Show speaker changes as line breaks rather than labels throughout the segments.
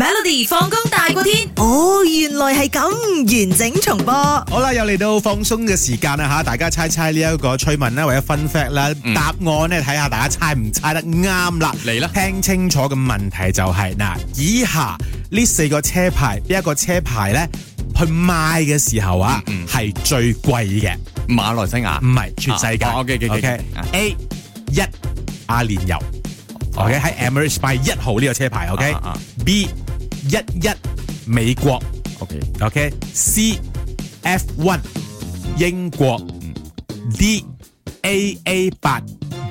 Melody 放工大過天，哦，原來係咁，完整重播。
好啦，又嚟到放鬆嘅時間啦吓，大家猜猜呢一個趣聞啦，或者 fun fact 啦，答案咧睇下大家猜唔猜得啱啦。
嗯嚟啦
聽清楚嘅問題就係、嗱，以下呢四個車牌，邊一個車牌咧去賣嘅時候啊，
嗯
係、最貴嘅，
馬來西亞
唔係全世界。
啊哦，OK，OK，OK，啊哦
A 一阿聯酋，OK 喺 Emirates 買一號呢個車牌，OK
啊啊啊
B 一一美國。
，OK，
OK C F one 英國 D A A 八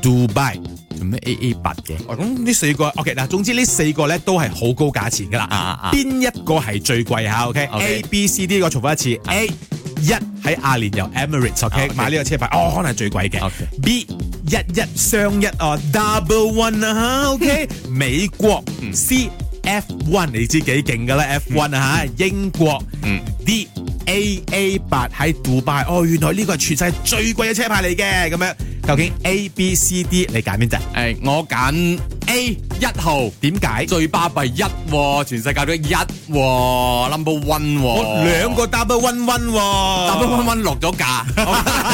Dubai
做咩 A A 八嘅？
哦，咁呢四個 OK 嗱，總之呢四個咧都係好高價錢噶
啊
啦
啊，
邊一個係最貴吓？OK
OK 啊
A B C D 我重複一次 A 一喺阿聯酋 Emirates OK
OK
買呢個車牌，哦可能係最貴嘅
OK。
B 一一雙一哦 Double One 啊吓 OK
嗯
美國 C F One 你知幾勁噶啦 F One 啊吓英國
嗯
D A A 八喺杜拜哦，原來呢個係全世界最貴嘅車牌嚟嘅咁樣。究竟 A B C D 你揀邊隻？
誒，我揀 A 一號，
點解？
最巴閉一喎，全世界都一喎，number one 喎，
我兩個 double one one 喎
number one one 落咗價，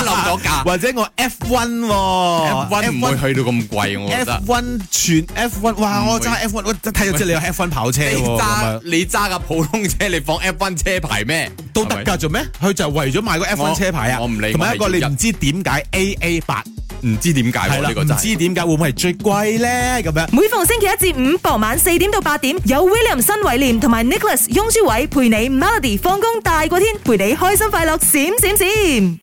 落咗 價
或者我 F one 喎
哦，F one 唔會去到咁貴，我覺
F
得。
one 全 F one，哇！
唔會
我揸 F one，我睇就知你有 F one 跑車
你
喎，咁
揸
樣
你揸架普通車，你放 F one 車牌咩？
都得㗎，做咩？佢就係為咗買個 F
我
one à? 車牌啊，
我唔理
同埋一個
我係
你
要一
唔知點解 AA 八
係咪，唔知點解
係
喎
啦，
呢個
唔
真係。
知點解會唔會係最貴咧？咁樣。
每逢星期一至五傍晚四點到八點，有 William 新偉廉同埋 Nicholas 雍舒偉陪你 Melody 放工大過天，陪你開心快樂閃閃閃。